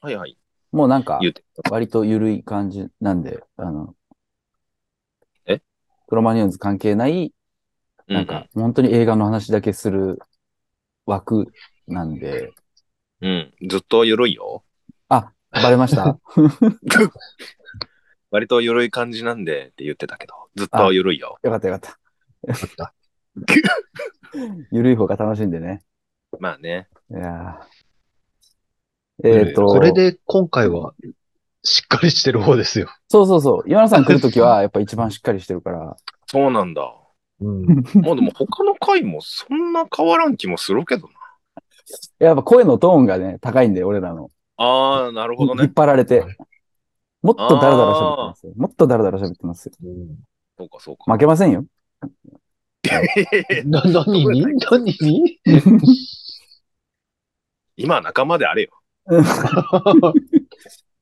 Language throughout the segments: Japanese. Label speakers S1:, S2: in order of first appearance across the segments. S1: はいはい。
S2: もうなんか
S1: 言、うて。
S2: 割と緩い感じなんで、あの、
S1: え
S2: クロマニヨンズ関係ない、なんか、本当に映画の話だけする枠なんで、
S1: うん。うん。ずっと緩いよ。
S2: バレました
S1: 割と緩い感じなんでって言ってたけど、ずっと緩いよ。
S2: よかったよかった。 緩い方が楽しいんでね。
S1: まあね。
S2: いやーえっ、と、
S3: それで今回は、しっかりしてる方ですよ。
S2: そうそうそう。今田さん来るときは、やっぱ一番しっかりしてるから。
S1: そうなん だ。
S3: うん。
S1: まあでも他の回もそんな変わらん気もするけどな。
S2: やっぱ声のトーンがね、高いんで、俺らの。
S1: ああ、なるほど
S2: 引っ
S1: ね。
S2: 張られて
S3: は。
S2: もっとダラダラ喋ってますよ。もっとダラダラ喋ってますよ。
S1: そうかそうか。
S2: 負けませんよ。
S3: な、何に何に
S1: 今仲間であれよ。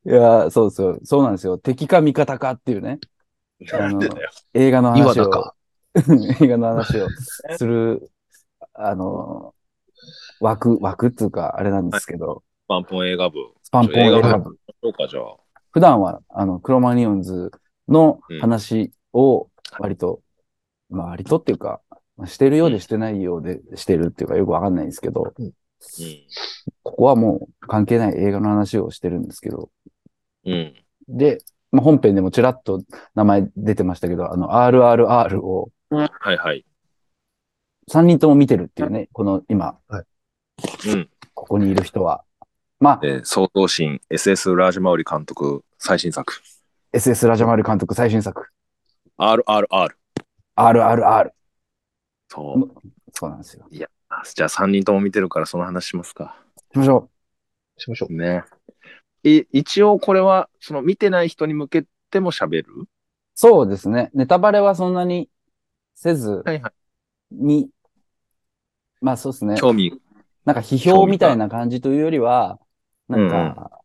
S2: いやー、そうそう。そうなんですよ。敵か味方かっていうね。
S1: な
S2: あ
S1: ん
S2: の
S1: でだよ。
S2: 映画の
S3: 岩
S2: 話
S3: 田
S2: を、
S3: か。
S2: 映画の話をする、あのー、枠、枠っていうか、あれなんですけど、
S1: スパンポン映画部。
S2: スパンポン映
S1: 映
S2: 画
S1: 画
S2: 部。
S1: そうか、じゃあ。
S2: 普段は、あの、クロマニオンズの話を割と、まあ、割とっていうか、まあしてるよう
S1: うん
S2: でしてないようでしてるっていうか、よくわかんないんですけど、
S1: うん。
S2: ここはもう関係ない映画の話をしてるんですけど、
S1: うん。
S2: で、まあ、本編でもちらっと名前出てましたけど、あの、RRR を
S1: はいはい。
S2: 3人とも見てるっていうね、この今、
S1: うん。
S2: ここにいる人は。まあ、
S1: で、総統神 SS ラージマウリ監督最新作。
S2: SS ラジャマル監督最新作、
S1: RRR。
S2: RRR。
S1: そう。
S2: そうなんですよ。
S1: あじゃあ3人とも見てるからその話しますか。
S2: しましょ
S3: しましょう。
S1: ね。い一応これは、その見てない人に向けても喋る
S2: う。そうですね。ネタバレはそんなにせず、
S1: はいはい。
S2: に、まあそうですね。
S1: 興味。
S2: なんか批評みたいな感じというよりは、なんか、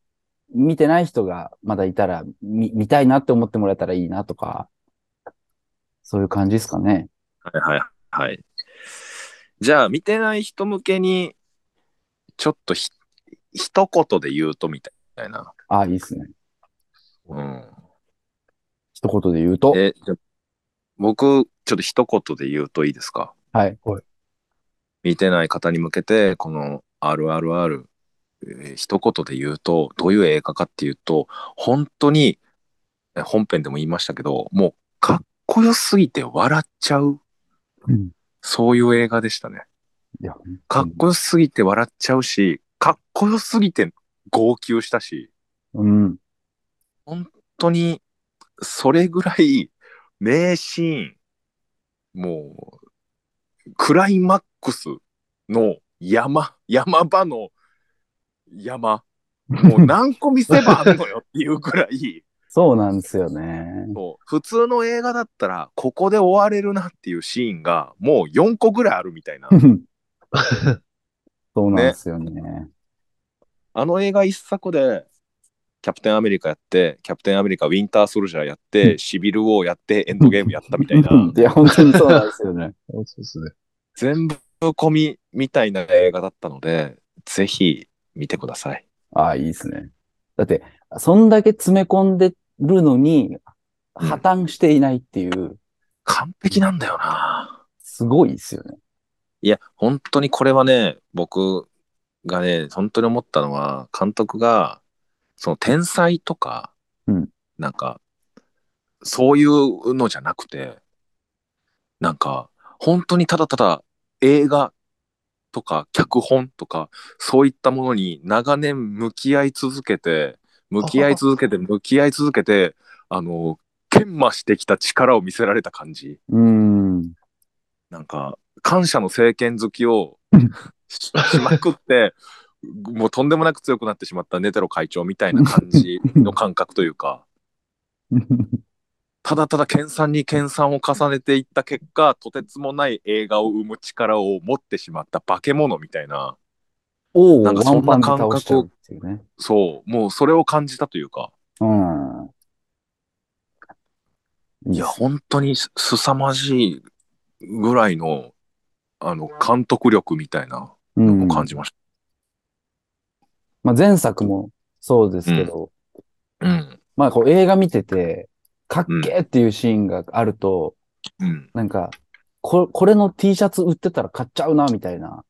S2: 見てない人がまだいたら、見、見たいなって思ってもらえたらいいなとか、そういう感じですかね。
S1: はいはいはい。じゃあ見てない人向けに、ちょっとひ、一言で言うとみたいな。
S2: ああ、いいですね。
S1: うん。
S2: 一言で言うと。
S1: え、じゃあ僕、ちょっと一言で言うといいですか
S2: はい。
S3: はい
S1: 見てない方に向けて、この RRR、えー一言で言うと、どういう映画かっていうと、本当に、え本編でも言いましたけど、もうかっこよすぎて笑っちゃう、
S2: うん
S1: そういう映画でしたね。
S2: いや
S1: かっこよすぎて笑っちゃうし、かっこよすぎて号泣したし、
S2: うん。
S1: 本当にそれぐらい名シーンもうクライマックスの山 山場の山もう何個見せばあるのよっていうぐらい
S2: そうなんですよね。
S1: もう普通の映画だったらここで終われるなっていうシーンがもう4個ぐらいあるみたいな
S2: そうなんですよね。
S1: あの映画一作でキャプテンアメリカやってキャプテンアメリカウィンターソルジャーやってシビルウォーやってエンドゲームやったみたいな。
S2: いや、本当にそうなんですよね。
S3: そうですね。
S1: 全部込みみたいな映画だったので、ぜひ見てください。
S2: ああ、いいですね。だって、そんだけ詰め込んでるのに、
S1: うん
S2: 破綻していないっていう、
S1: 完璧なんだよな。
S2: すごいですよね。
S1: いや、本当にこれはね、僕がね、本当に思ったのは、監督が、その天才とか、
S2: うん
S1: なんか、そういうのじゃなくて、なんか、本当にただただ映画とか脚本とか、そういったものに長年向き合い続けて、向き合い続けて、向き合い続けて、あの、研磨してきた力を見せられた感じ。
S2: うーん。
S1: なんか、感謝の政権好きを
S2: うん
S1: ししまくって、もうとんでもなく強くなってしまったネテロ会長みたいな感じの感覚というか、ただただ研鑽に研鑽を重ねていった結果、とてつもない映画を生む力を持ってしまった化け物みたいな、
S2: お
S1: なんかそんな感覚を
S2: ワンパンで倒しちゃうっていうね。
S1: そう、もうそれを感じたというか、
S2: うん。
S1: いや、本当にす凄まじいぐらいの、あの、監督力みたいな
S2: う
S1: の
S2: ん
S1: を感じました。
S2: まあ、前作もそうですけど、
S1: うん。
S2: まあこう映画見てて、かっけーっていうシーンがあると、
S1: うん。
S2: なんか、ここれの T シャツ売ってたら買っちゃうな、みたいな。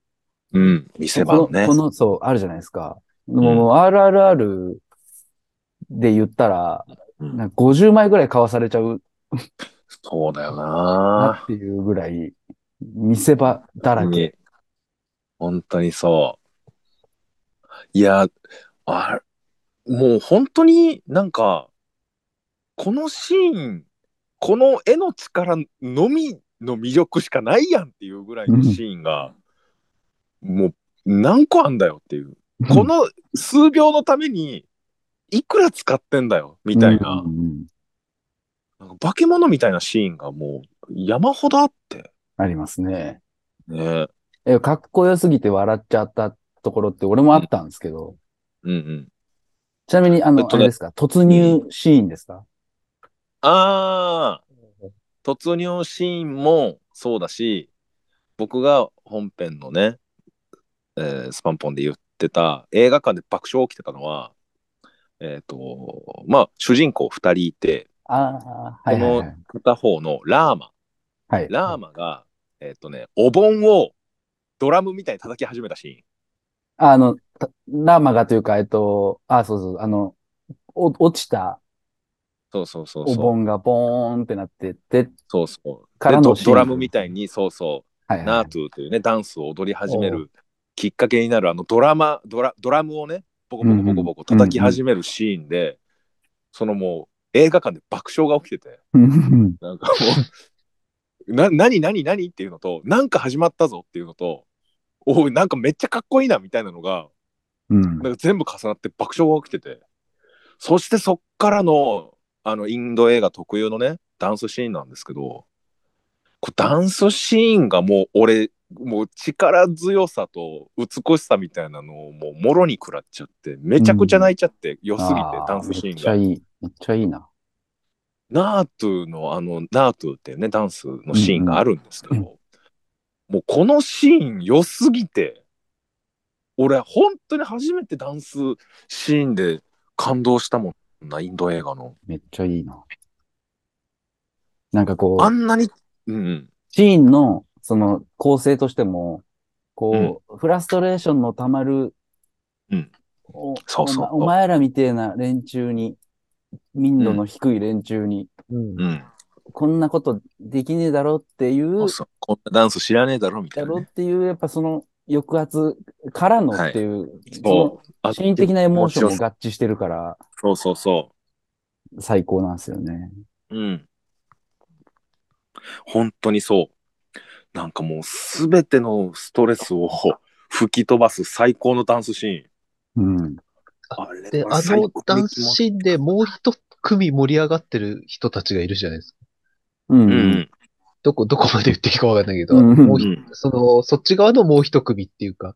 S1: うん。見せ場をね
S2: この、こ。のそう、あるじゃないですか。もう、RRR で言ったら、
S1: うん
S2: なんか50枚ぐらい買わされちゃう
S1: そうだよ
S2: な
S1: な
S2: っていうぐらい、見せ場だらけ。
S1: に本当にそう。いや、あもう本当になんか、このシーン、この絵の力のみの魅力しかないやんっていうぐらいのシーンが、もう何個あんだよっていう。この数秒のために、いくら使ってんだよみたいな。
S2: うんうんうん
S1: なんか化け物みたいなシーンがもう山ほどあって。
S2: ありますね。
S1: ね。
S2: え、かっこよすぎて笑っちゃったところって俺もあったんですけど、
S1: うんうん。
S2: ちなみに、あ
S1: え
S2: の、
S1: っ
S2: あ
S1: とね
S2: れですか、突入シーンですか
S1: ああ、突入シーンもそうだし、僕が本編のね、えースパンポンで言ってた、映画館で爆笑起きてたのは、えっ、と、まあ、主人公2人いて、
S2: ああ、はいはい、はい。
S1: 片方のラーマ。
S2: はい、
S1: ラーマが、えっ、とね、お盆をドラムみたいに叩き始めたシーン。
S2: あの、たラーマがというか、えっと、あ、そうそう、あの、お落ちた
S1: そうそうそう
S2: お
S1: そう。
S2: 盆がボーンってなってって、
S1: そうそう。
S2: から
S1: で
S2: の
S1: ド
S2: シーン
S1: ドラムみたいに、そうそう。
S2: はいはいは
S1: ナ
S2: い
S1: ートゥというねダンスを踊り始めるきっかけになるあのドラマドラドラムをねボコボコボコボコ叩き始めるシーンで、そのもう映画館で爆笑が起きてて
S2: うんうん
S1: なんかもう な何何何っていうのとなんか始まったぞっていうのとおいなんかめっちゃかっこいいなみたいなのが
S2: うん
S1: なんか全部重なって爆笑が起きててそしてそっからのあのインド映画特有のねダンスシーンなんですけどこうダンスシーンがもう俺もう力強さと美しさみたいなのをもうもろに食らっちゃってめちゃくちゃ泣いちゃって、良すぎて
S2: あー
S1: ダンスシ
S2: めっ
S1: ーン
S2: ちゃ
S1: が。
S2: いい。めっちゃいいな。
S1: ナートゥのあのナートゥっていうねダンスのシーンがあるんですけど、
S2: うんう
S1: もうこのシーン良すぎて俺本当に初めてダンスシーンで感動したもんなインド映画の
S2: めっちゃいいな。なんかこ
S1: あ
S2: う、
S1: んなにうん
S2: シーンの、その、構成としても、こう、フラストレーションのたまる、
S1: うん
S2: お
S1: そうそう
S2: お前お前らみてえな連中に、民度の低い連中に、
S1: うんうん
S2: こんなことできねえだろっていう
S1: そう、そうこんなダンス知らねえだろみたい
S2: だ
S1: な、
S2: ろっ
S1: ね、
S2: ていう、やっぱその抑圧からの
S1: はい
S2: っていう、
S1: そうあ
S2: 心理的なエモーションも合致してるから、
S1: そうそうそ
S2: 最高なんですよね。
S1: ううん本当にそうなんかもう全てのストレスを吹き飛ばす最高のダンスシーン
S2: うん。
S1: あれ
S3: で、あのダンスシーンでもう一組盛り上がってる人たちがいるじゃないですか。
S2: うん。
S1: う
S2: うんん。
S3: どこ、どこまで言っていいかわかんないけど、
S2: うん
S3: もう
S1: う
S3: ひ
S1: ん
S3: その、そっち側のもう一組っていうか、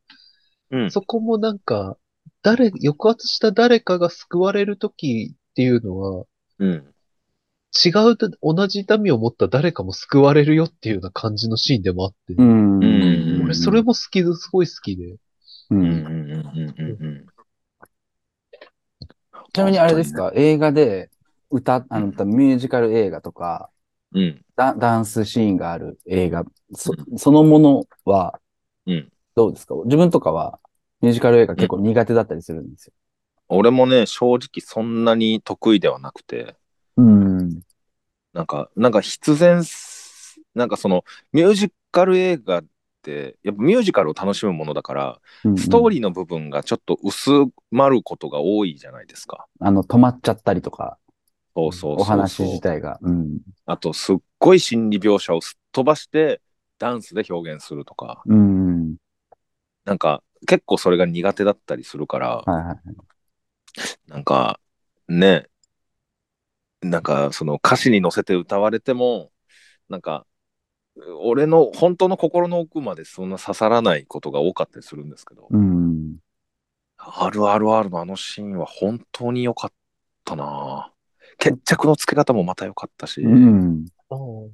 S1: うん
S3: そこもなんか、誰、抑圧した誰かが救われるときっていうのは、
S1: うん
S3: 違うと、同じ痛みを持った誰かも救われるよっていうような感じのシーンでもあって、
S2: う
S1: う
S2: ん。
S1: ん
S3: 俺それも好きで、すごい好きで。
S2: う
S1: うんんうんうんうんうん
S2: ちなみにあれですか、映画で歌、あの、ミュージカル映画とか、
S1: うん
S2: ダダンスシーンがある映画、そそのものは
S1: うん、
S2: どうですか、自分とかは、ミュージカル映画結構苦手だったりするんですよ。
S1: 俺もね正直そんなに得意ではなくて
S2: うん。
S1: なんかなんか必然すなんかそのミュージカル映画ってやっぱミュージカルを楽しむものだからストー
S2: リー。
S1: リーの部分がちょっと薄まることが多いじゃないですか。
S2: あの、止まっちゃったりとか、
S1: そうそうそうそう
S2: お話自体が。うん。
S1: あとすっごい心理描写をすっ飛ばしてダンスで表現するとか
S2: うん。
S1: なんか結構それが苦手だったりするから、
S2: はいはい。
S1: なんかねなんかその歌詞に乗せて歌われてもなんか俺の本当の心の奥までそんな刺さらないことが多かったりするんですけど
S2: うん。
S1: 「RRR」のあのシーンは本当に良かったな決着のつけ方もまた良かったし、
S2: うん。
S1: こ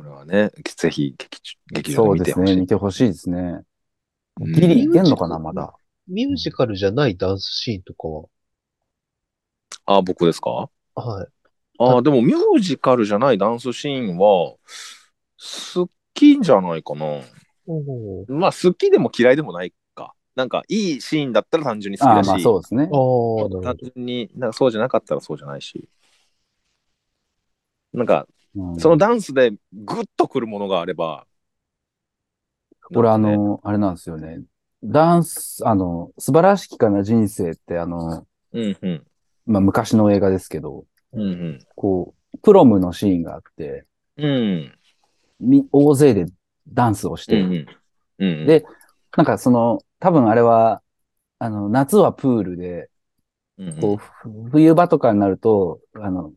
S1: れはねぜひ劇中劇場
S2: そ
S1: で
S2: う
S1: 見
S2: で
S1: て
S2: す
S1: ほし
S2: ね。
S1: い、
S2: 見てほしいですね。
S1: うん
S2: ギリいけんのかな、まだ。
S3: ミュージカルじゃないダンスシーンとかは、
S1: あ、僕ですか
S3: はい。
S1: ああ、でもミュージカルじゃないダンスシーンは、好きじゃないかな。
S3: おー
S1: まあ、好きでも嫌いでもないか。なんか、いいシーンだったら単純に好き
S2: ああ
S1: だ
S2: ー、
S1: し、
S2: まあそうですね。
S3: ああ、なるほど
S1: 単。純になんかそうじゃなかったらそうじゃないし。なんか、
S2: うん
S1: そのダンスでグッとくるものがあれば。
S2: 俺あ
S1: なんかね、
S2: の、あれなんですよね。ダンス、あの、素晴らしきかな人生って、あの、
S1: うんうん。
S2: まあ昔の映画ですけど、
S1: うん
S2: こう、プロムのシーンがあって、
S1: うん。うん。
S2: み、大勢でダンスをし
S1: う
S2: て、
S1: んうん。うん
S2: でなんかその、多分あれは、あの、夏はプールで、
S1: うん、
S2: こう、ふ冬場とかになると、あの、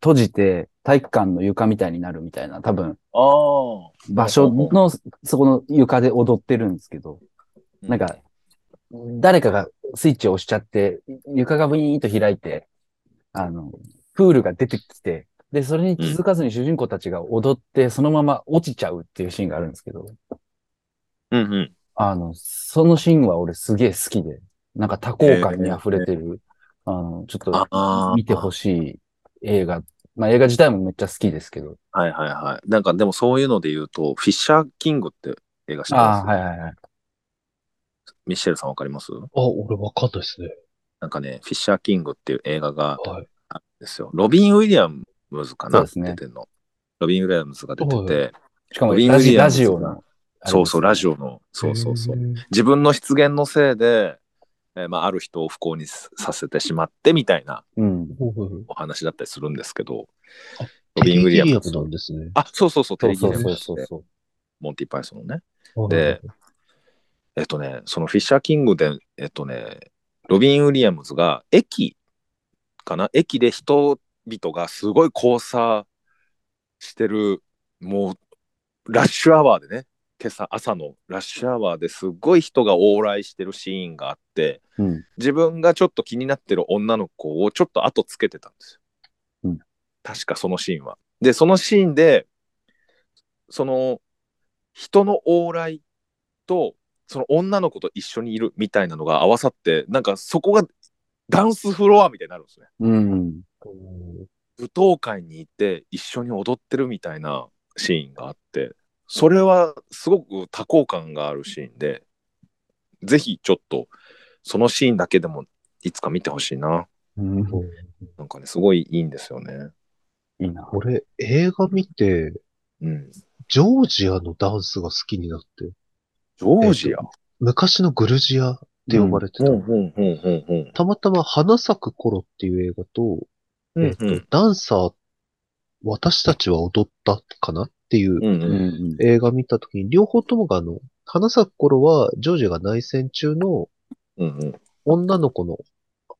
S2: 閉じて体育館の床みたいになるみたいな、多分、
S1: あ
S2: 場所の、そこの床で踊ってるんですけど、
S1: あ。
S2: なんか、誰かがスイッチを押しちゃって、床がブイーンと開いて、あの、プールが出てきて、で、それに気づかずに主人公たちが踊って、そのまま落ちちゃうっていうシーンがあるんですけど、
S1: うんうん。
S2: あの、そのシーンは俺すげえ好きで、なんか多幸感に溢れてる、あの、ちょっと
S1: ああ。
S2: 見てほしい映画。まあ映画自体もめっちゃ好きですけど。
S1: はいはいはい。なんかでもそういうので言うと、フィッシャーキングって映画知ってます、
S2: ああ、はいはいはい。
S1: ミシェルさんわかります
S3: あ、俺わかんないですね。
S1: なんかね、フィッシャーキングっていう映画が
S3: はい。
S1: あるんですよ。ロビン・ウィリアムズか
S2: そ
S1: な、
S2: うですね
S1: 出てんの。ロビン・ウィリアムズが出て
S3: は
S1: て、
S2: しかも
S1: ウィン
S2: ラジ
S1: ウィリア
S2: ラ
S1: ムズ
S2: ジ
S1: の
S2: オの。
S1: そうそう、ラジ
S2: オ。
S1: オの、そうそうそう
S3: へ。ー。
S1: 自分の失言のせいで、えーまあ、ある人を不幸にさせてしまってみたいな
S2: うん。
S3: ほうほうほう
S1: お話だったりするんですけど
S3: あ、
S1: ロビン・ウィリアム
S3: テ
S1: ズ
S3: ディ。なんですね。
S1: あ、そうそうそう、テ
S2: そ
S1: レ
S2: う
S1: ビ
S2: そ
S1: でも
S2: うそう
S1: し
S2: そう
S1: て、
S2: そう。
S1: モンティ・パイソンのね。
S3: はい
S1: で、えっとね、そのフィッシャーキングで、えっとね、ロビン・ウィリアムズが駅かな駅で人々がすごい交差してる、もうラッシュアワーでね、今朝、朝のラッシュアワーですごい人が往来してるシーンがあって、
S2: うん。
S1: 自分がちょっと気になってる女の子をちょっと後つけてたんですよ。
S2: うん
S1: 確かそのシーンは。で、そのシーンで、その人の往来と、その女の子と一緒にいるみたいなのが合わさって、なんかそこがダンスフロアみたいになるんですね。
S2: うん。
S3: うん
S1: 舞踏会に行って一緒に踊ってるみたいなシーンがあって、それはすごく多幸感があるシーンで、ぜひちょっとそのシーンだけでもいつか見てほしいな。
S2: うん
S1: なんかね、すごいいいんですよね。
S2: いいな。
S3: 俺、映画見て、
S1: うん。
S3: ジョージアのダンスが好きになって、
S1: ジョージア。
S3: 昔のグルジアって呼ばれてた。
S1: うんうんうん
S3: たまたま花咲く頃っていう映画と、
S1: うん。
S3: えっと、ダンサー、私たちは踊ったかなっていう
S1: うんう
S2: う
S1: ん。
S2: ん。
S3: 映画見たときに、両方ともがあの、花咲く頃はジョージアが内戦中の
S1: うんうん。
S3: 女の子の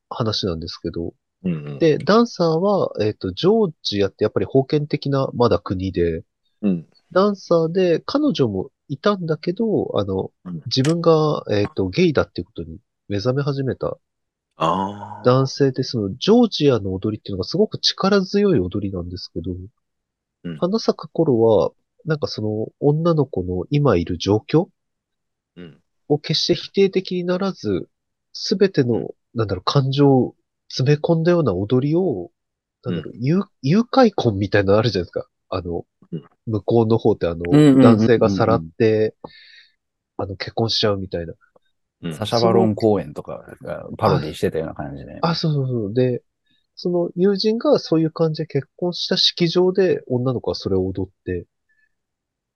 S3: 話なんですけど、
S1: うんうん、
S3: で、ダンサーは、えっ、と、ジョージアってやっぱり封建的なまだ国で、
S1: うん。
S3: ダンサーで彼女もいたんだけど、あの
S1: うん、
S3: 自分が、えっ、と、ゲイだっていうことに目覚め始めた
S1: ああ。
S3: 男性で、その、ジョージアの踊りっていうのがすごく力強い踊りなんですけど、
S1: うん
S3: 花咲く頃は、なんかその、女の子の今いる状況
S1: うん。
S3: を決して否定的にならず、すべての、なんだろう、感情を詰め込んだような踊りを、なんだろう、誘誘拐婚みたいなのあるじゃないですか。あの
S1: うん、
S3: 向こうの方ってあの
S2: うんうんうんう、ん
S3: 男性がさらって、あの、結婚しちゃうみたいな。
S1: うん
S2: サシャバロン公演とかがパロディしてたような感じで。
S3: あ、そうそうそう。で、その友人がそういう感じで結婚した式場で女の子はそれを踊って、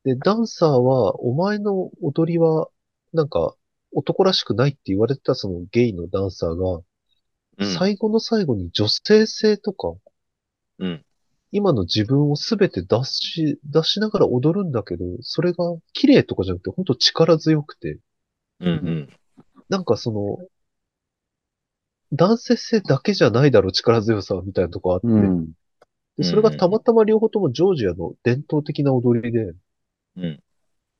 S3: で、ダンサーは、お前の踊りは、なんか、男らしくないって言われてたそのゲイのダンサーが、
S1: うん
S3: 最後の最後に女性性とか、
S1: うん
S3: 今の自分をすべて出し、出しながら踊るんだけど、それが綺麗とかじゃなくて、本当力強くて、
S1: うんうん。
S3: なんかその、男性性だけじゃないだろう、力強さはみたいなとこあって、
S2: うん。
S3: で、それがたまたま両方ともジョージアの伝統的な踊りで、
S1: うん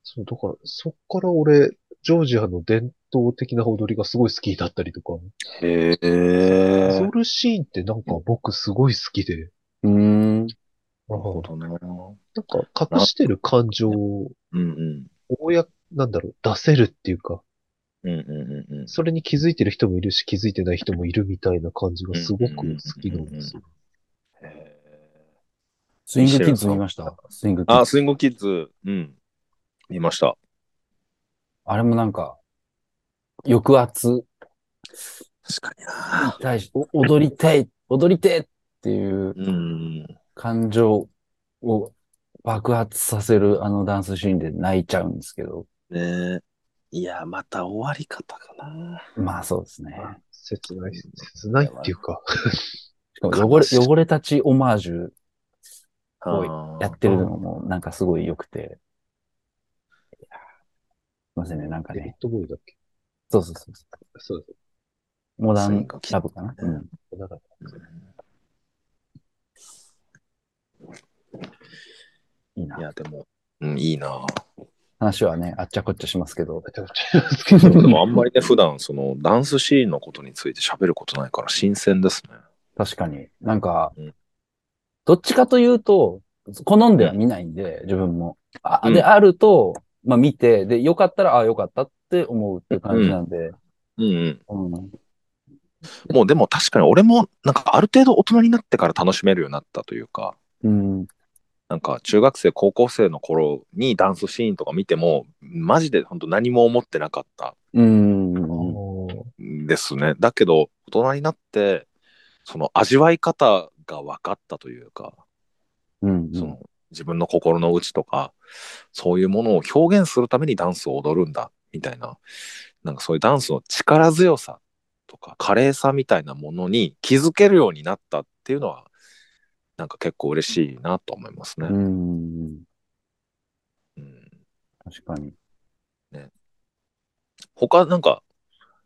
S3: そう、だから、そっから俺、ジョージアの伝統的な踊りがすごい好きだったりとか、
S1: へ
S3: ソ
S1: え
S3: ウ。ルシーンってなんか僕すごい好きで、
S2: うん。
S1: な
S3: な
S1: るほ
S3: ん
S1: どね。
S3: か隠してる感情を、
S1: うんうん。
S3: 公や、なんだろう、出せるっていうか、
S1: うんうんうんうん。
S3: それに気づいてる人もいるし、気づいてない人もいるみたいな感じがすごく好きなんですよ。
S1: へー
S2: スイングキッズ見ました。スイングキッ
S1: あ、
S2: ズ。
S1: スイングキッズ、うん。見ました。
S2: あれもなんか、抑圧
S1: 確かにな。
S2: 対し、お踊りたい、踊りてえっていう
S1: うん。
S2: 感情を爆発させるあのダンスシーンで泣いちゃうんですけど、
S1: ねえ。いや、また終わり方かな。
S2: まあそうですね。
S3: 切ない、切ないっていうか。
S2: しかも汚れ、汚れたちオマージュおい
S1: あー
S2: やってるのもなんかすごい良くて。いやーすいませんね、なんか
S3: デビッ
S2: ね。
S3: トボーイだっけ
S2: そうそうそうそ
S3: そうです。
S2: う。モダ
S1: スイ
S2: ン
S1: ングキッズ。
S2: ラブかな。うん。
S3: なんか
S2: いいない
S1: や、でも、うん、いい な。
S2: 話はね、あっちゃこっちゃしますけど。
S3: ちょっと違いますけ ど
S1: でもあん まりね、普段そのダンスシーンのことについて喋ることないから新鮮ですね。
S2: 確かに。なんか
S1: うん、
S2: どっちかというと、好んでは見ないんで、自分も。あ
S1: うん
S2: で、あると、まあ見て、で、よかったら、ああ、よかったって思うって感じなんで。
S1: うん、うん。
S2: うん。
S1: もうでも確かに俺もなんかある程度大人になってから楽しめるようになったというか、
S2: うん。
S1: なんか中学生、高校生の頃にダンスシーンとか見ても、マジで本当何も思ってなかった
S2: うん。
S1: んですね。だけど、大人になって、その味わい方が分かったというか、
S2: うん。
S1: その自分の心の内とか、そういうものを表現するためにダンスを踊るんだ、みたいな、なんかそういうダンスの力強さとか、華麗さみたいなものに気づけるようになったっていうのは、なんか結構嬉しいなと思いますね。
S2: うん。
S1: うん
S2: 確かに。
S1: 他、なんか、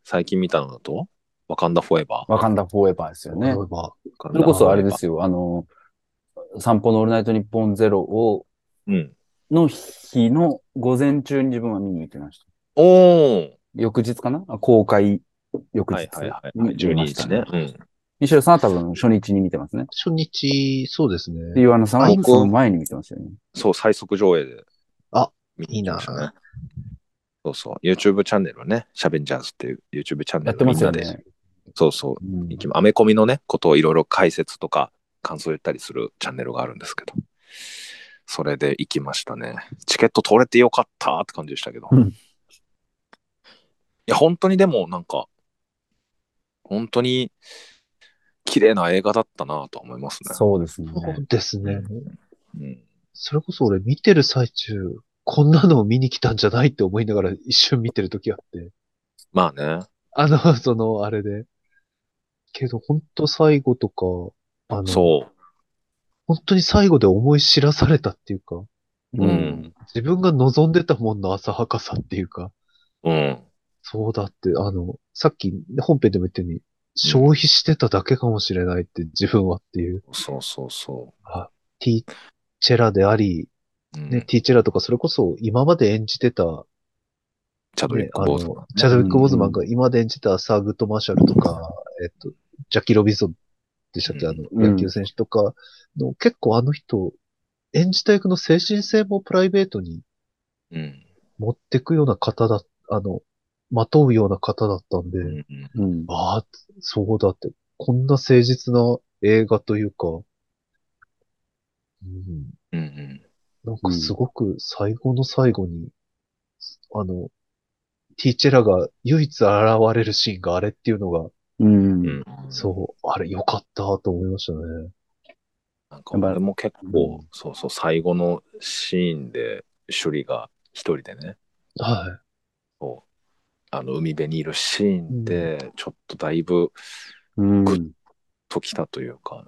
S1: 最近見たのだと、ワカンダフォーエバー。
S2: わかんだフォーエバーですよね。
S3: そういえば
S1: そ
S2: それこそあれで。すよ、あの、散歩のオールナイトニッポンゼロを、
S1: うん。
S2: の日の午前中に自分は見に行きました。
S1: おー。
S2: 翌日かなあ公開翌
S1: は
S2: 日
S1: い
S2: に
S1: はいはいはい。
S2: 見
S1: 12
S2: ました
S1: 日ね。。うん。
S2: 西野さんは多分初日に見てますね。
S3: 初日、そうですね。
S2: で、岩野さんは
S1: あ僕
S2: その前に見てますよね。
S1: そう、最速上映で。
S3: あ、
S1: 見
S3: いいな
S1: ましたね。そうそう。YouTube チャンネルをね、シャベンジャーズっていう YouTube チャンネ
S2: やっ
S1: ル
S2: て
S1: をみ
S2: ま
S1: ん
S2: すよ
S1: なで、
S2: ね。
S1: そうそうう。
S2: ん
S1: いきアメコミのね、ことをいろいろ解説とか、感想言ったりするチャンネルがあるんですけど、それで行きましたね。チケット取れてよかったって感じでしたけど。
S2: うん
S1: いや、本当にでも、なんか、本当に、綺麗な映画だったなとは思いますね。
S2: そうですね。
S3: そうですね。
S1: うん
S3: それこそ俺見てる最中、こんなのを見に来たんじゃないって思いながら一瞬見てる時あって。
S1: まあね。
S3: あの、 その、あれで。けど、本当最後とか、あの、
S1: そう。
S3: 本当に最後で思い知らされたっていうか、
S1: う
S2: うんん。
S3: 自分が望んでたもんの浅はかさっていうか、
S1: うん。
S3: そうだって、あの、さっき本編でも言ったように、消費してただけかもしれないって自分はっていう、
S1: そうそうそ
S3: ティーチェラであり、
S1: う。うん
S3: ね、ティーチェラとかそれこそ今まで演じてた、
S1: チャドリッ
S3: ね、
S1: ク・
S3: あ
S1: ボー
S3: の、
S1: ズ
S3: チ
S1: マン
S3: ャドウィック・ボーズマンが今まで演じたサーグ・ト・マーシャルとか、えっと、ジャッキー・ロビンソンでしたっけ、あの、
S2: うん
S3: 野球選手とかの、結構あの人、演じた役の精神性もプライベートに
S1: うん。
S3: 持ってくような方だ、あの、まとうような方だったんで、
S1: うんうん
S2: うん。
S3: ああ、そうだって、こんな誠実な映画というか、うん、
S1: うんうん。
S3: なんかすごく最後の最後に、あの、ティーチェラが唯一現れるシーンがあれっていうのが、
S2: うん。
S1: うん
S3: そう、あれ良かったと思いましたね。
S1: なんか俺も結構、そうそう、最後のシーンで、趣里が一人でね、
S3: は
S1: そうあの海辺にいるシーンで、ちょっとだいぶ
S2: うん
S1: ときたというか、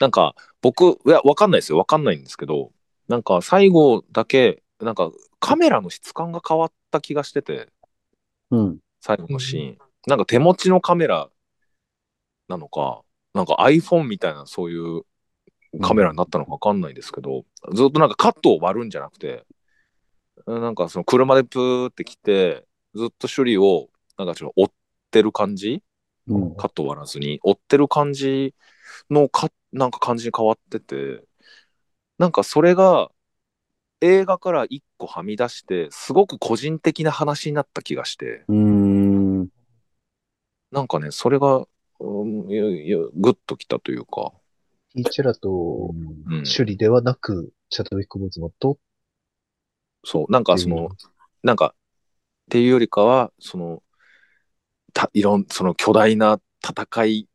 S1: なんか僕、いや、わかんないですよ。わかんないんですけど、なんか最後だけ、なんかカメラの質感が変わった気がしてて、
S2: うん。
S1: 最後のシーン、なんか手持ちのカメラなのかなんか iPhone みたいなそういうカメラになったのか分かんないですけど、ずっとなんかカットを割るんじゃなくてなんかその車でプーって来てずっと首里をなんかちょっと追ってる感じ
S2: うん
S1: カットを割らずに追ってる感じのかなんか感じに変わっててなんかそれが映画から一個はみ出して、すごく個人的な話になった気がして、
S2: うーん。
S1: なんかね、それが、うん、いやいやグッときたというか、
S3: ティーチェラと
S1: うん、
S3: シュリではなく、チャッドウィック・ボーズマンと、
S1: そう、なんかその、なんか、っていうよりかは、その、たいろん、その巨大な戦い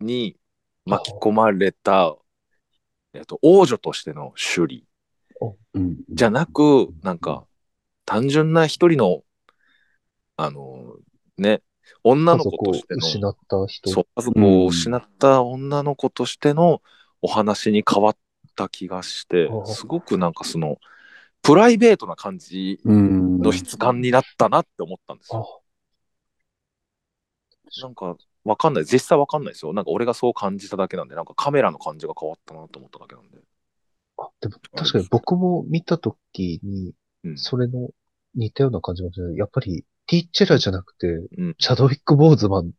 S1: に巻き込まれた、えっと、王女としてのシュリ
S2: うん。
S1: じゃなく、なんか、単純な一人の、あの、ね、女
S3: 家
S1: の
S3: 族
S1: 子
S3: を
S1: としての、
S3: 失った人。
S1: そう、家族を失った女の子としてのお話に変わった気がして
S3: う、ん
S1: すごくなんかその、プライベートな感じ
S2: うん。
S1: の質感になったなって思ったんですよ。
S3: あ
S1: なんか、わかんない。実際わかんないですよ。なんか俺がそう感じただけなんで、なんかカメラの感じが変わったなと思っただけなんで。
S3: あでも確かに僕も見たときに、
S1: うん。
S3: それの似たような感じもしない。やっぱり、ティーチェラじゃなくて、
S1: うん。
S3: チャドウィック・ボーズマン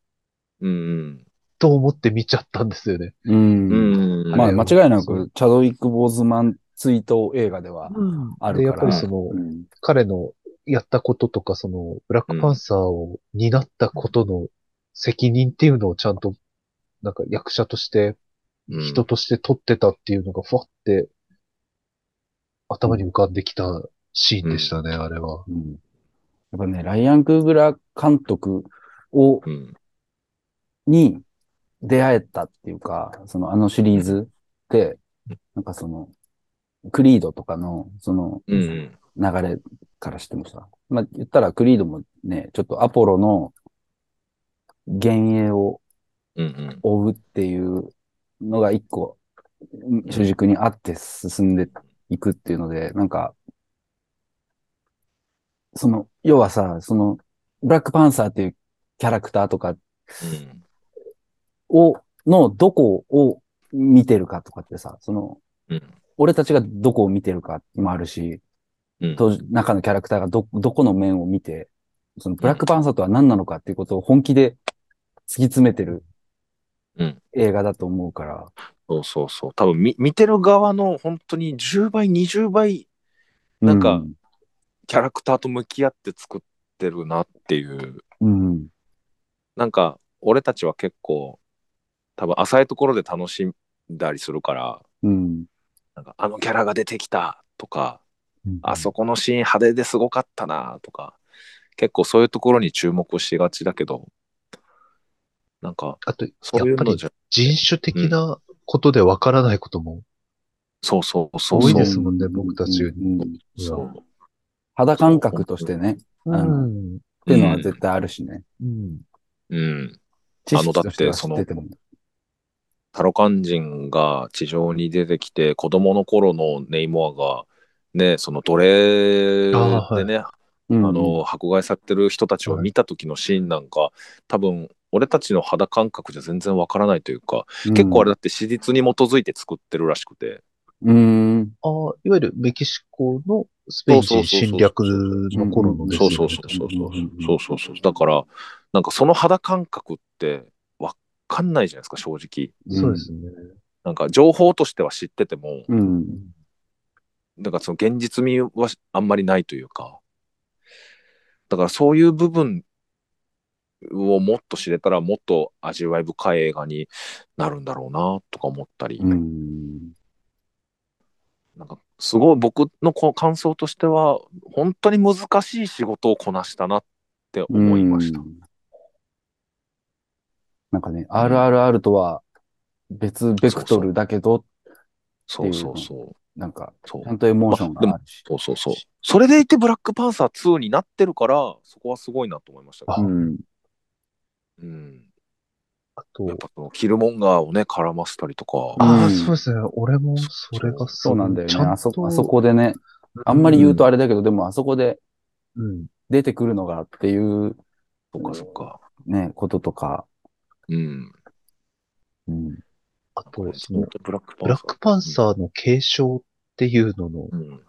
S1: うん。
S3: と思って見ちゃったんですよね。
S2: う。
S1: うんん。うん
S2: まあ、間違いな
S3: そ
S2: く、チャドウィック・ボーズマン追悼映画ではあ
S3: で、
S2: る
S3: や
S2: か
S3: っ
S2: ら。
S3: ぱりその、
S2: うん
S3: 彼のやったこととか、その、ブラックパンサーを担ったことの責任っていうのをちゃんと、なんか役者として、
S1: うん
S3: 人として取ってたっていうのが、ふわって、頭に浮かんできたシーンでしたね、あれは。
S2: うんやっぱね、ライアン・クーグラ監督を、
S1: うん。
S2: に出会えたっていうか、そのあのシリーズって、なんかその、クリードとかの、その、
S1: う
S2: 流
S1: ん。
S2: れからしてもさ、まあ言ったらクリードもね、ちょっとアポロの幻影を
S1: うん。うん。
S2: 追うっていうのが一個、主軸にあって進んでいくっていうので、なんか、その、要はさ、その、ブラックパンサーっていうキャラクターとかを、のどこを見てるかとかってさ、その、
S1: うん。
S2: 俺たちがどこを見てるかもあるし、
S1: うん
S2: 当時中のキャラクターがど、どこの面を見て、そのブラックパンサーとは何なのかっていうことを本気で突き詰めてる
S1: うん
S2: 映画だと思うから、
S1: そうそうそう。多分み見てる側の本当に10倍、20倍なんかキャラクターと向き合って作ってるなっていう。
S2: うん、うん、
S1: なんか、俺たちは結構、多分浅いところで楽しんだりするから、
S2: うん、
S1: なんかあのキャラが出てきたとか、
S2: うん
S1: あそこのシーン派手ですごかったなとか、結構そういうところに注目しがちだけど、なんか、
S3: あと、や
S1: そうい
S3: っ
S1: う
S3: ぱ
S1: の
S3: り
S1: じゃ、
S3: 人種的なことでわからないことも、
S1: そうそうそう
S3: 多い
S1: そ
S3: で
S1: う
S3: すもんね僕たちより
S2: うんうん
S1: そう。
S2: 肌感覚としてね、
S3: う
S2: あの
S3: ん。
S2: っていうのは絶対あるしね。
S3: うん。
S1: うん。
S2: 知
S1: あのだ
S2: 識
S1: って
S2: としては知ってても。
S1: タロカン人が地上に出てきて、子供の頃のネイモアが、ね、その奴隷
S3: あーは
S1: で
S3: い
S1: ね、
S2: あ
S1: あの、迫害されてる人たちを見た時のシーンなんか、多分、俺たちの肌感覚じゃ全然わからないというか、結構あれだって史実に基づいて作ってるらしくて、
S2: うん。
S3: ああ、いわゆるメキシコのスペイン人侵略の頃のです
S1: そう
S3: よね。
S1: そうそうそうそう
S2: うんうんうん
S1: そうそうそうだからなんかその肌感覚ってわかんないじゃないですか正直
S3: そうですね。
S1: なんか情報としては知ってても
S2: うん。
S1: なんかその現実味はあんまりないというかだからそういう部分をもっと知れたらもっと味わい深い映画になるんだろうなとか思ったり、
S2: うん。
S1: なんかすごい僕のこう感想としては本当に難しい仕事をこなしたなって思いました。
S2: なんかね、RRR とは別ベクトルだけど、
S1: そうそうそう
S2: なんか、
S1: そう
S2: ちゃんとエモーションがあるし。
S1: そうそうそうそれでいてブラックパンサー2になってるからそこはすごいなと思いましたけ
S3: あ
S1: ど、
S2: うん。
S1: うん、
S3: あ
S1: やっ
S3: と、
S1: ぱそのキルモンガーをね絡ませたりとか、
S3: ああ、
S2: うん
S3: そうですね。俺もそれが
S2: そうなんだよね。
S3: ちゃんと
S2: あそ、あそこでね、あんまり言うとあれだけど、でもあそこで
S3: うん。
S2: 出てくるのがっていう
S1: そっかそっか
S2: ね、こととか、
S1: うん
S2: うん。
S3: あと、そ
S1: 本
S3: の、
S1: 当ブラックパ
S3: ブ
S1: ンサー
S3: ラックパンサーの継承っていうのの
S1: うん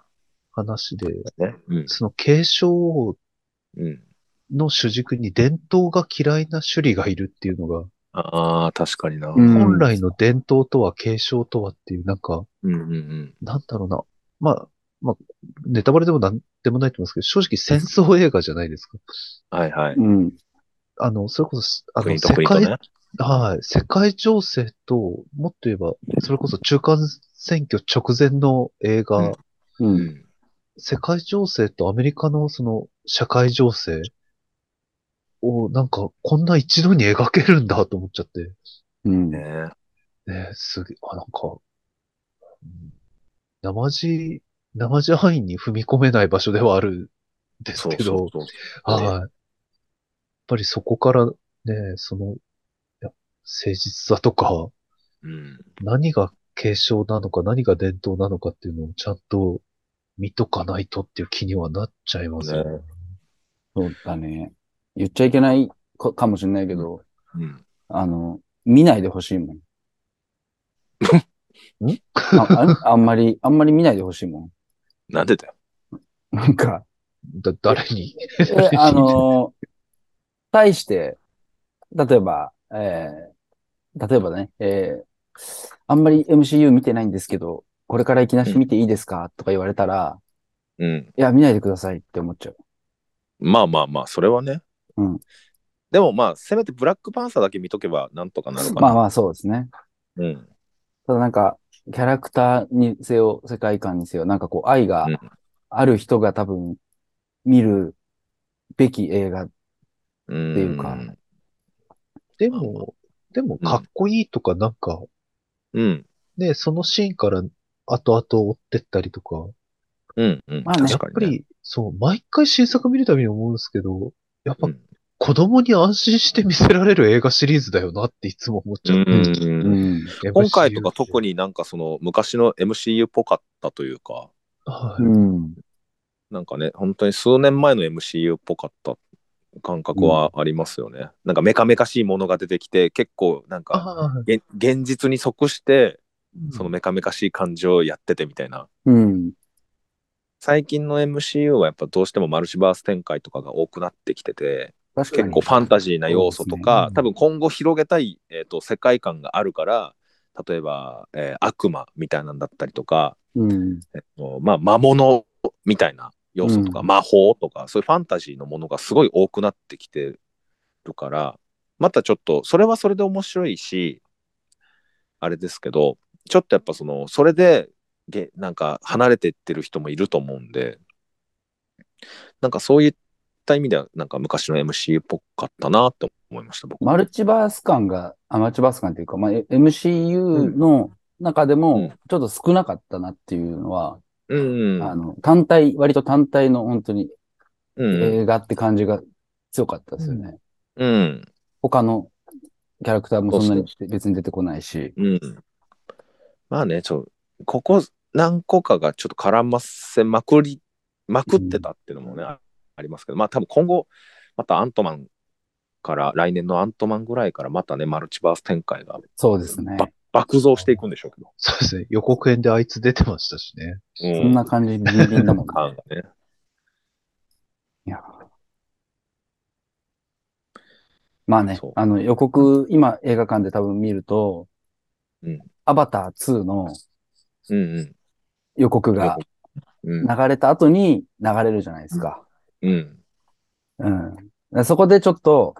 S3: 話で、
S1: ねうん
S3: その継承
S1: うん
S3: の主軸に伝統が嫌いな種類がいるっていうのが、
S1: ああ確かになう
S2: うんん
S3: 本来の伝統とは継承とはっていう、なんか、
S1: うんうん
S3: なんだろうな。まあ、まあ、ネタバレでもなんでもないと思いますけど、正直戦争映画じゃないですか。
S1: はいはい。
S2: うん。
S3: あの、それこそ、あの、
S1: 国と
S3: 世
S1: 国と
S3: 界
S1: ね。
S3: はい。世界情勢と、もっと言えば、それこそ中間選挙直前の映画、
S1: うん
S2: う。
S1: うんん。
S3: 世界情勢とアメリカのその社会情勢をなんかこんな一度に描けるんだと思っちゃって、
S2: うん。
S1: ね
S3: ねえ、すげえ、あ、なんか、うん生地、生地範囲に踏み込めない場所ではあるんです
S1: そう
S3: け
S1: そうそ
S3: ど、
S1: う。
S3: はい。やっぱりそこからね、その、やっぱ誠実さとか、
S1: うん。
S3: 何が継承なのか、何が伝統なのかっていうのをちゃんと見とかないとっていう気にはなっちゃいますよね。
S1: ね
S2: そうだね。言っちゃいけないかかもしれないけど、
S1: うん。
S2: あの、見ないでほしいもん。
S3: ん
S2: あああんまり、あんまり見ないでほしいも
S1: なんでだよ。
S2: ん。なんか、
S3: だ、誰に
S2: えあの、対して、例えば、えー、例えばね、えー、あんまり MCU 見てないんですけど、これからいきなし見ていいですかとか言われたら、
S1: うん。
S2: いや、見ないでくださいって思っちゃう。
S1: まあまあまあ、それはね。
S2: うん。
S1: でもまあ、せめてブラックパンサーだけ見とけばなんとかなるかな。
S2: まあまあ、そうですね。
S1: うん。
S2: ただなんか、キャラクターにせよ、世界観にせよ、なんかこう、愛が
S1: うん
S2: ある人が多分、見るべき映画。
S1: うん。
S2: っていうか
S3: でも、でも、かっこいいとか、なんか、
S1: うん。
S3: ね、そのシーンから後々追ってったりとか、
S1: うん。うん。
S2: まあね
S3: や
S1: 確
S3: っぱ
S1: かに、ね。
S3: り、そう、毎回新作見るたびに思うんですけど、やっぱ
S1: うん
S3: 子供に安心して見せられる映画シリーズだよなっていつも思っちゃって。
S1: うんうん
S2: ん。
S1: 今回とか特
S3: に。
S1: になんかその昔の MCU っぽかったというか、
S3: は
S2: う
S3: い。
S2: ん。
S1: なんかね、本当に数年前の MCU っぽかった感覚はありますよね。なんかメカメカしいものが出てきて、結構なんか
S3: ああ、
S1: 現現実に即して、
S3: うん
S1: そのメカメカしい感情をやっててみたいな。
S2: うん。
S1: 最近の MCU はやっぱどうしてもマルチバース展開とかが多くなってきてて、
S2: 確かに。
S1: 結構ファンタジーな要素とか、
S3: そうですね
S1: 多分今後広げたい、えー、と世界観があるから、例えば、えー悪魔みたいなんだったりとか、
S2: うん。
S1: えっと、まあ魔物みたいな要素とか、
S2: う
S1: 魔法とかそういうファンタジーのものがすごい多くなってきてるからまたちょっとそれはそれで面白いしあれですけどちょっとやっぱそのそれでげなんか離れてってる人もいると思うんでなんかそういった意味ではなんか昔の MC っぽかったなって思いました僕
S2: マルチバース感が、あマルチバース感っていうか、まあ、え MCU の中で
S1: う
S2: も
S1: ん、
S2: ちょっと少なかったなっていうのは、
S1: うん
S2: あの、単体、割と単体の本当に
S1: うん
S2: 映画って感じが強かったですよね。
S1: うん
S2: 他のキャラクターもそんなに
S1: そ
S2: 別に出てこないし。
S1: うん。まあね、ちょ、ここ何個かがちょっと絡ませまくり、まくってたっていうのもね、あありますけど、まあ多分今後、またアントマンから、来年のアントマンぐらいから、またね、マルチバース展開が
S2: そうですね。
S1: ば爆増していくんでしょうけど。
S3: そうですね。予告編であいつ出てましたしね。
S1: うん
S2: そんな感じ、ビンビンだもんね。
S1: 感がね。
S2: いやまあね
S1: そう、
S2: あの予告、今映画館で多分見ると、
S1: うん
S2: アバター2の
S1: うんうん。
S2: 予告が
S1: うん
S2: 流れた後に流れるじゃないですか。
S1: うん。
S2: うん。そこでちょっと、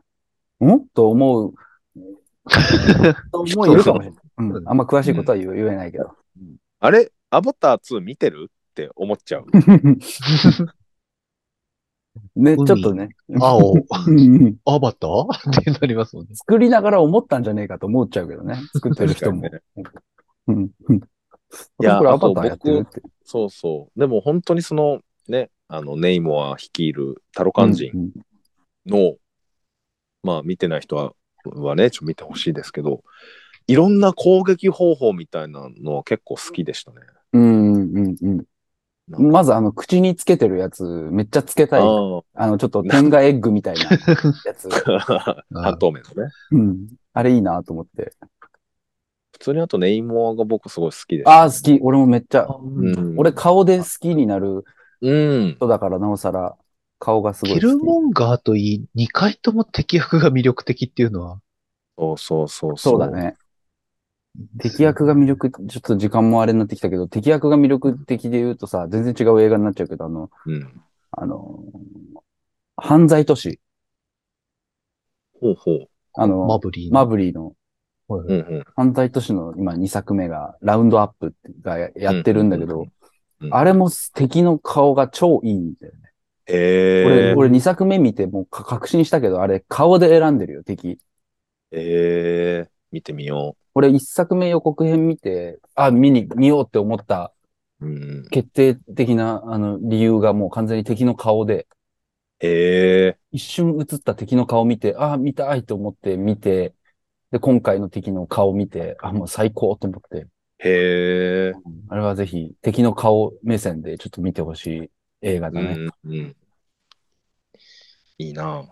S2: んと思 う、と思ういるかもしれない。うん。あんま詳しいことは言,、言えないけど。
S1: あれ、アバター2見てるって思っちゃう。
S2: ね、
S3: 海
S2: ちょっとね。
S3: 青、
S2: うん
S3: アバター ってなりますもんね。
S2: 作りながら思ったんじゃねえかと思っちゃうけどね。作ってる人も。
S1: 確
S2: うんうん
S1: いや
S2: これアバターやってるって。
S1: そうそう。でも本当にその、ね、あの、ネイモア率いるタロカン人
S2: うんうん
S1: の、まあ見てない人ははね、ちょっと見てほしいですけど、いろんな攻撃方法みたいなのは結構好きでしたね。
S2: うんうんう
S1: な
S2: ん
S1: ん
S2: う
S1: か
S2: ん。まずあの、口につけてるやつ、めっちゃつけたい。あ
S1: あ
S2: の、ちょっと天下エッグみたいなやつ。
S1: あ、半透明のね。
S2: うん。あれいいなと思って。
S1: 普通にあとネイモアが僕すごい好きでした。
S2: ああ、好き。俺もめっちゃ。
S1: うん、
S2: 俺顔で好きになる
S1: うん。
S2: 人だから、なおさら顔がすごい好
S3: キ
S2: き。
S3: ルモンガーといい、2回とも敵役が魅力的っていうのは、
S1: そうそうそう
S2: そうだね。敵役が魅力、ちょっと時間もあれになってきたけど、敵役が魅力的で言うとさ、全然違う映画になっちゃうけど、あの、
S1: うん。
S2: あの、犯罪都市。
S1: ほうほう。
S2: あの、
S3: マブリーの。
S2: マブリーの
S3: はいは
S1: う
S3: い
S1: んうん。
S2: 犯罪都市の今2作目が、ラウンドアップがややってるんだけ
S1: うんうんう
S2: ど
S1: ん、うん
S2: あれも敵の顔が超いいんだよね。
S1: え
S2: 俺、
S1: ー。
S2: 俺2作目見てもうか確信したけど、あれ顔で選んでるよ、敵。
S1: えー。見てみよ
S2: 俺1作目予告編見て、あ、見に、見ようって思った
S1: う。うん。
S2: 決定的な、あの、理由がもう完全に敵の顔で、
S1: え
S2: 一瞬映った敵の顔見て、あ、見たいと思って見て、で、今回の敵の顔見て、あ、もう最高と思っ
S1: ー。
S2: て、
S1: へー。
S2: あれはぜひ敵の顔目線でちょっと見てほしい映画
S1: う
S2: だね。
S1: んうん。いいなぁ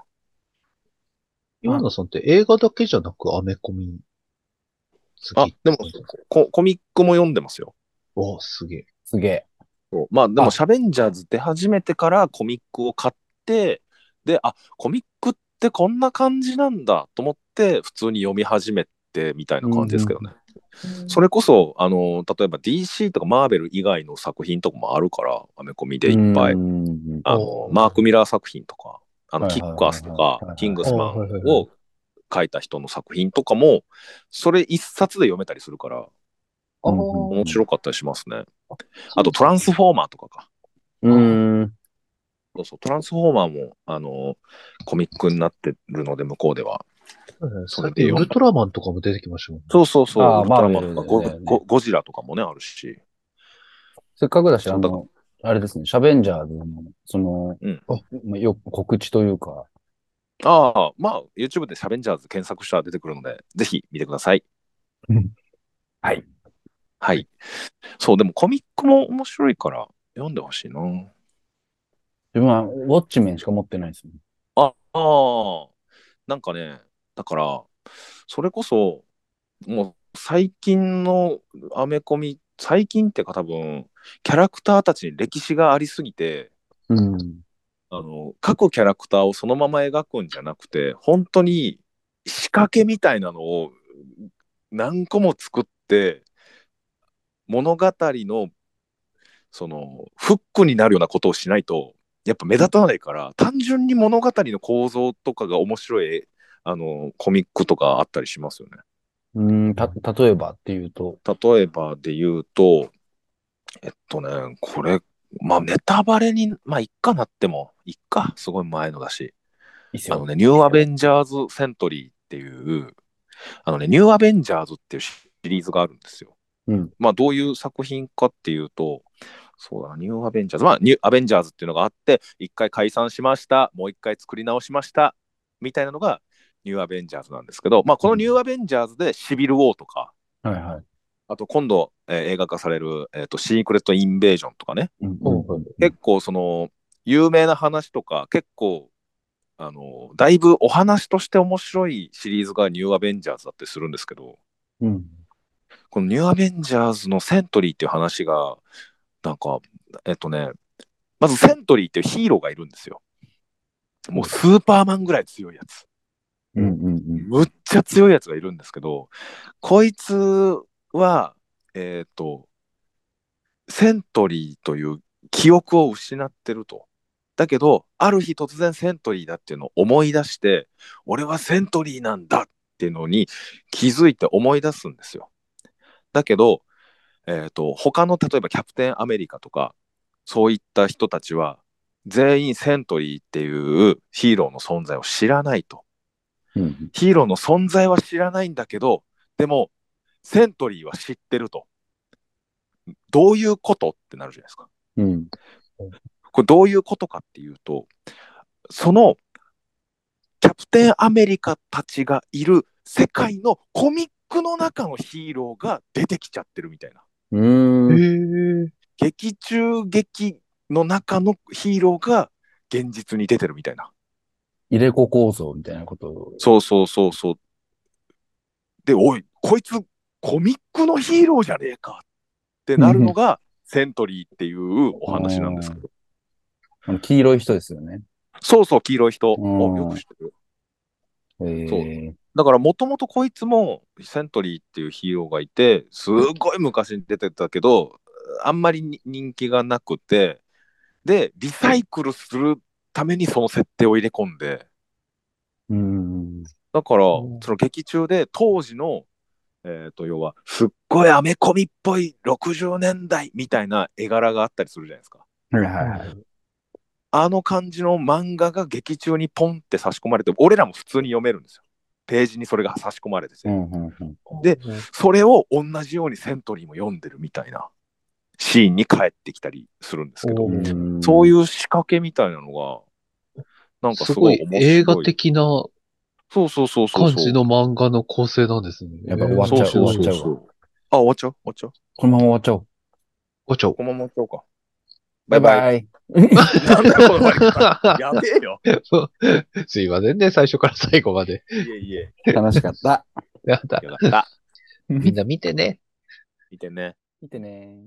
S3: 岩名さんって映画だけじゃなくアメコミ好
S1: あ
S3: き。、
S1: でもこ、コミックも読んでますよ。
S3: わあ、すげえ。
S2: すげえ。
S1: そうまあで
S2: あ
S1: もシャベンジャーズ出始めてからコミックを買ってであコミックってこんな感じなんだと思って普通に読み始めてみたいな感じですけどね、それこそあの例えば DC とかマーベル以外の作品とかもあるからアメコミでいっぱい、
S2: うん
S1: あの
S3: おー
S1: マーク・ミラー作品とかあの
S2: は
S1: キ
S2: いはいはいはい
S1: ックアスとかキングスマ
S3: あーはいはい
S1: ン
S3: はい
S1: を書いた人の作品とかもそれ一冊で読めたりするから
S3: ああ、
S2: うん
S1: 面白かったりしますね。あとトランスフォーマーとかか。
S2: うん。
S1: そうそう、トランスフォーマーも、あのコミックになってるので、向こうでは。
S3: はいはい
S1: そ
S3: さ
S1: れ
S3: っき
S1: で
S3: ウ
S1: よ
S3: ルトラマンとかも出てきましたもんね。
S1: そうそうそう、
S2: あー
S1: ウルトラマンとかゴ、
S2: マーベルでね
S1: ゴゴジラとかもね、あるし。
S2: せっかくだし、あ
S1: そうだ
S2: の、あれですね、シャベンジャーズの、その、
S1: うん
S2: まよ告知というか、
S1: ああ、まあ、YouTube でシャベンジャーズ検索したら出てくるので、ぜひ見てください
S2: うん。はい。
S1: はい。そう、でもコミックも面白いから、読んでほしいな。
S2: 自分はウォッチメンしか持ってないですね。
S1: ああー、なんかね、だから、それこそ、もう最近のアメコミ、最近っていうか多分、キャラクターたちに歴史がありすぎて、
S2: うん。
S1: あの、各キャラクターをそのまま描くんじゃなくて、本当に仕掛けみたいなのを何個も作って、物語の、その、フックになるようなことをしないと、やっぱ目立たないから、単純に物語の構造とかが面白い、あの、コミックとかあったりしますよね。
S2: うん、た、例えばっていうと、
S1: 例えばで言うと、えっとね、これ、まあネタバレに、まあいっかなっても、いっか、すごい前のだし。
S2: いいっす
S1: あのね、ニューアベンジャーズ・セントリーっていう、あのね、ニューアベンジャーズっていうシリーズがあるんですよ。
S2: うん
S1: まあ、どういう作品かっていうと、そうだな、ニューアベンジャーズ。まあ、ニューアベンジャーズっていうのがあって、一回解散しました、もう一回作り直しました、みたいなのが、ニューアベンジャーズなんですけど、まあ、このニューアベンジャーズでシビル・ウォーとか、
S2: はいはい。
S1: あと今度、えー映画化される、えーと、シークレット・インベージョンとかね、
S2: うん
S1: 結構その有名な話とか結構あのだいぶお話として面白いシリーズがニューアベンジャーズだってするんですけど
S2: うん。
S1: このニューアベンジャーズのセントリーっていう話がなんかえっとねまずセントリーっていうヒーローがいるんですよもうスーパーマンぐらい強いやつ
S2: うんうんうん。
S1: むっちゃ強いやつがいるんですけどこいつはえっ、とセントリーという記憶を失ってると。だけどある日突然セントリーだっていうのを思い出して俺はセントリーなんだっていうのに気づいて思い出すんですよ。だけど、えー、と他の例えばキャプテンアメリカとかそういった人たちは全員セントリーっていうヒーローの存在を知らないと。
S2: うん
S1: ヒーローの存在は知らないんだけど、でも、セントリーは知ってると。どういうことってなるじゃないですか。
S2: うん。
S1: これどういうことかっていうと、そのキャプテンアメリカたちがいる世界のコミックの中のヒーローが出てきちゃってるみたいな。
S2: うん。
S3: へ
S2: うん。
S3: え。
S1: 劇中劇の中のヒーローが現実に出てるみたいな。
S2: 入れ子構造みたいなことを。
S1: そうそうそうそう。で、おい、こいつ、コミックのヒーローじゃねえかってなるのが、セントリーっていうお話なんですけど。
S2: あの黄色い人ですよね。
S1: そうそう、黄色い人。
S2: うん
S1: およく知ってる。
S2: へえ
S1: そうだからもともとこいつもセントリーっていうヒーローがいてすごい昔に出てたけどあんまりに人気がなくてでリサイクルするためにその設定を入れ込んで
S2: うん。
S1: だから
S3: うん
S1: その劇中で当時のえー、と要はすっごいアメコミっぽい60年代みたいな絵柄があったりするじゃないですか。
S2: はいはいはい。
S1: あの感じの漫画が劇中にポンって差し込まれて俺らも普通に読めるんですよ。ページにそれが差し込まれてて。
S2: うんうんうん。
S1: で
S3: うん、
S1: それを同じようにセントリーも読んでるみたいなシーンに帰ってきたりするんですけど、
S3: おー
S1: そう
S2: う
S1: いう仕掛けみたいなのが、なんか
S3: す
S1: す
S3: ご
S1: ご
S3: い
S1: い面白い。
S3: 映画的な
S1: そうそうそうそう。
S3: 感じの漫画の構成なんですね。
S2: やっぱ終わっち
S1: そ
S2: ゃう
S1: うそう
S2: 終わ
S1: そ
S2: っ
S1: う
S2: ちゃうわ
S1: あ、終わっちゃう終わっちゃう。
S2: このまま終わっちゃおう。
S3: わっちゃおう
S1: このまま終わっちゃうか。
S2: バ
S1: バ
S2: イ
S1: イ
S2: バ
S1: バ
S2: イ。
S1: イ。なんだこのバイ バイやべえよ。
S3: すいませんね、最初から最後まで。
S1: いえいえ。
S2: 楽し かった。
S3: やだ。
S1: よかった。
S2: み
S3: みんな見てね。
S1: 見てね。
S2: 見てね。